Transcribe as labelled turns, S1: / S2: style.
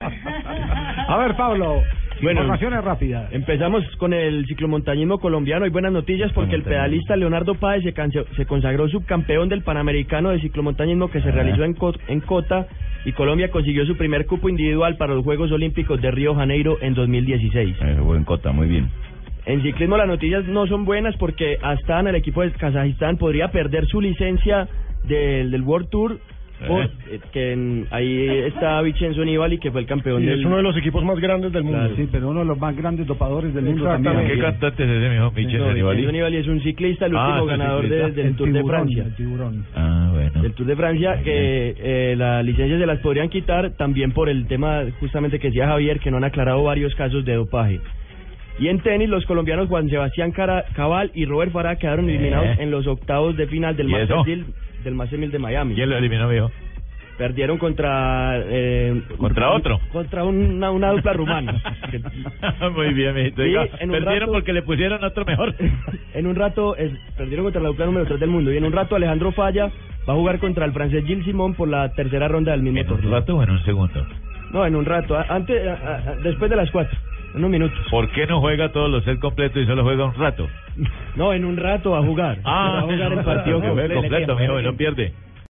S1: A ver, Pablo,
S2: Bueno.
S1: informaciones rápidas.
S2: Empezamos con el ciclomontañismo colombiano. Hay buenas noticias porque el pedalista Leonardo Páez se, canse- se consagró subcampeón del Panamericano de ciclomontañismo que se realizó en, Co- en Cota y Colombia consiguió su primer cupo individual para los Juegos Olímpicos de Río Janeiro en 2016.
S3: Eh, buen cota, muy bien.
S2: En ciclismo las noticias no son buenas porque Astana, el equipo de Kazajistán, podría perder su licencia del, del World Tour. por-
S3: Eh.
S2: eh, que en- ahí está Vicenzo Nibali, que fue el campeón
S4: Y
S2: del...
S4: es uno de los equipos más grandes del mundo.
S1: Sí, pero uno de los más grandes dopadores del mundo también.
S4: Exactamente.
S3: ¿Qué este cantante es ese, mijo? Michel
S2: No, Vincenzo
S3: Nibali.
S2: Nibali es un ciclista, el
S3: Ah,
S2: último
S3: es un
S2: ganador de-
S3: ciclista.
S2: del Tour de Francia.
S1: El tiburón.
S3: Ah, bueno.
S2: Del Tour de Francia, que eh, las licencias se las podrían quitar también por el tema justamente que decía Javier, que no han aclarado varios casos de dopaje. Y en tenis, los colombianos Juan Sebastián Cara- Cabal y Robert Farah quedaron
S3: Eh.
S2: eliminados en los octavos de final del
S3: ¿Y eso?
S2: Masters Deal- del Masters Deal de Miami.
S3: ¿Quién lo eliminó, mijo?
S2: Perdieron contra... eh,
S3: ¿Contra
S2: un-
S3: otro?
S2: Contra una, una dupla rumana. Que-
S3: muy bien, mijito.
S2: Sí,
S3: Diga,
S2: en un
S3: perdieron
S2: rato-
S3: porque le pusieron otro mejor.
S2: en un rato es- perdieron contra la dupla número 3 del mundo y en un rato Alejandro Falla va a jugar contra el francés Gilles Simon por la tercera ronda del mismo
S3: ¿En un
S2: torneo.
S3: rato o en un segundo?
S2: No, en un rato, a- antes, a- a- después de las 4, en unos minutos.
S3: ¿Por qué no juega todos los sets completos y solo juega un rato?
S2: No, en un rato va a jugar. va a jugar el partido
S3: que juega
S2: completo.
S3: completo, Ah. mijo, y no pierde.